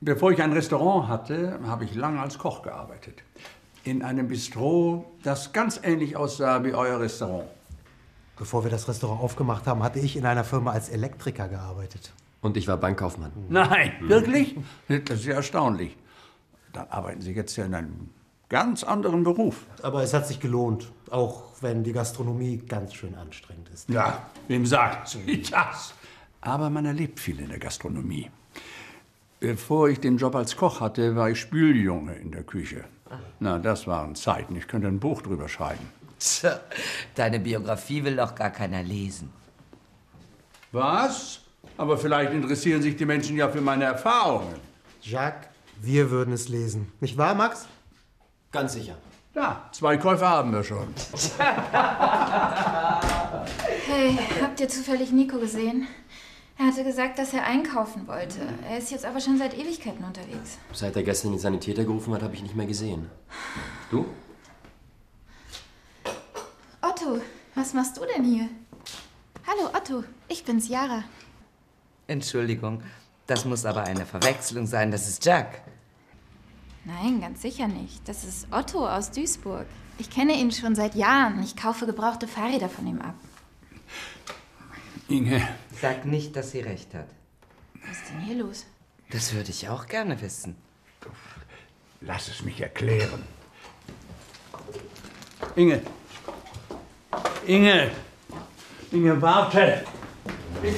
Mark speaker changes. Speaker 1: Bevor ich ein Restaurant hatte, habe ich lange als Koch gearbeitet. In einem Bistro, das ganz ähnlich aussah wie euer Restaurant.
Speaker 2: Bevor wir das Restaurant aufgemacht haben, hatte ich in einer Firma als Elektriker gearbeitet.
Speaker 3: Und ich war Bankkaufmann.
Speaker 1: Nein, Hm. wirklich? Das ist ja erstaunlich. Dann arbeiten Sie jetzt ja in einem ganz anderen Beruf.
Speaker 2: Aber es hat sich gelohnt, auch wenn die Gastronomie ganz schön anstrengend ist.
Speaker 1: Ja, Hm. wem sagt sie das? Aber man erlebt viel in der Gastronomie. Bevor ich den Job als Koch hatte, war ich Spüljunge in der Küche. Na, das waren Zeiten. Ich könnte ein Buch drüber schreiben.
Speaker 4: Tja, Deine Biografie will doch gar keiner lesen.
Speaker 1: Was? Aber vielleicht interessieren sich die Menschen ja für meine Erfahrungen.
Speaker 2: Jacques, wir würden es lesen. Nicht wahr, Max?
Speaker 3: Ganz sicher.
Speaker 1: Ja, zwei Käufer haben wir schon.
Speaker 5: Hey, habt ihr zufällig Nico gesehen? Er hatte gesagt, dass er einkaufen wollte. Er ist jetzt aber schon seit Ewigkeiten unterwegs.
Speaker 3: Seit er gestern den Sanitäter gerufen hat, habe ich ihn nicht mehr gesehen. Du?
Speaker 5: Otto, was machst du denn hier? Hallo Otto, ich bin's Yara.
Speaker 4: Entschuldigung, das muss aber eine Verwechslung sein. Das ist Jack.
Speaker 5: Nein, ganz sicher nicht. Das ist Otto aus Duisburg. Ich kenne ihn schon seit Jahren. Ich kaufe gebrauchte Fahrräder von ihm ab.
Speaker 1: Inge,
Speaker 4: Sag nicht, dass sie recht hat.
Speaker 5: Was ist denn hier los?
Speaker 4: Das würde ich auch gerne wissen.
Speaker 1: lass es mich erklären. Inge. Inge. Inge, warte. Ich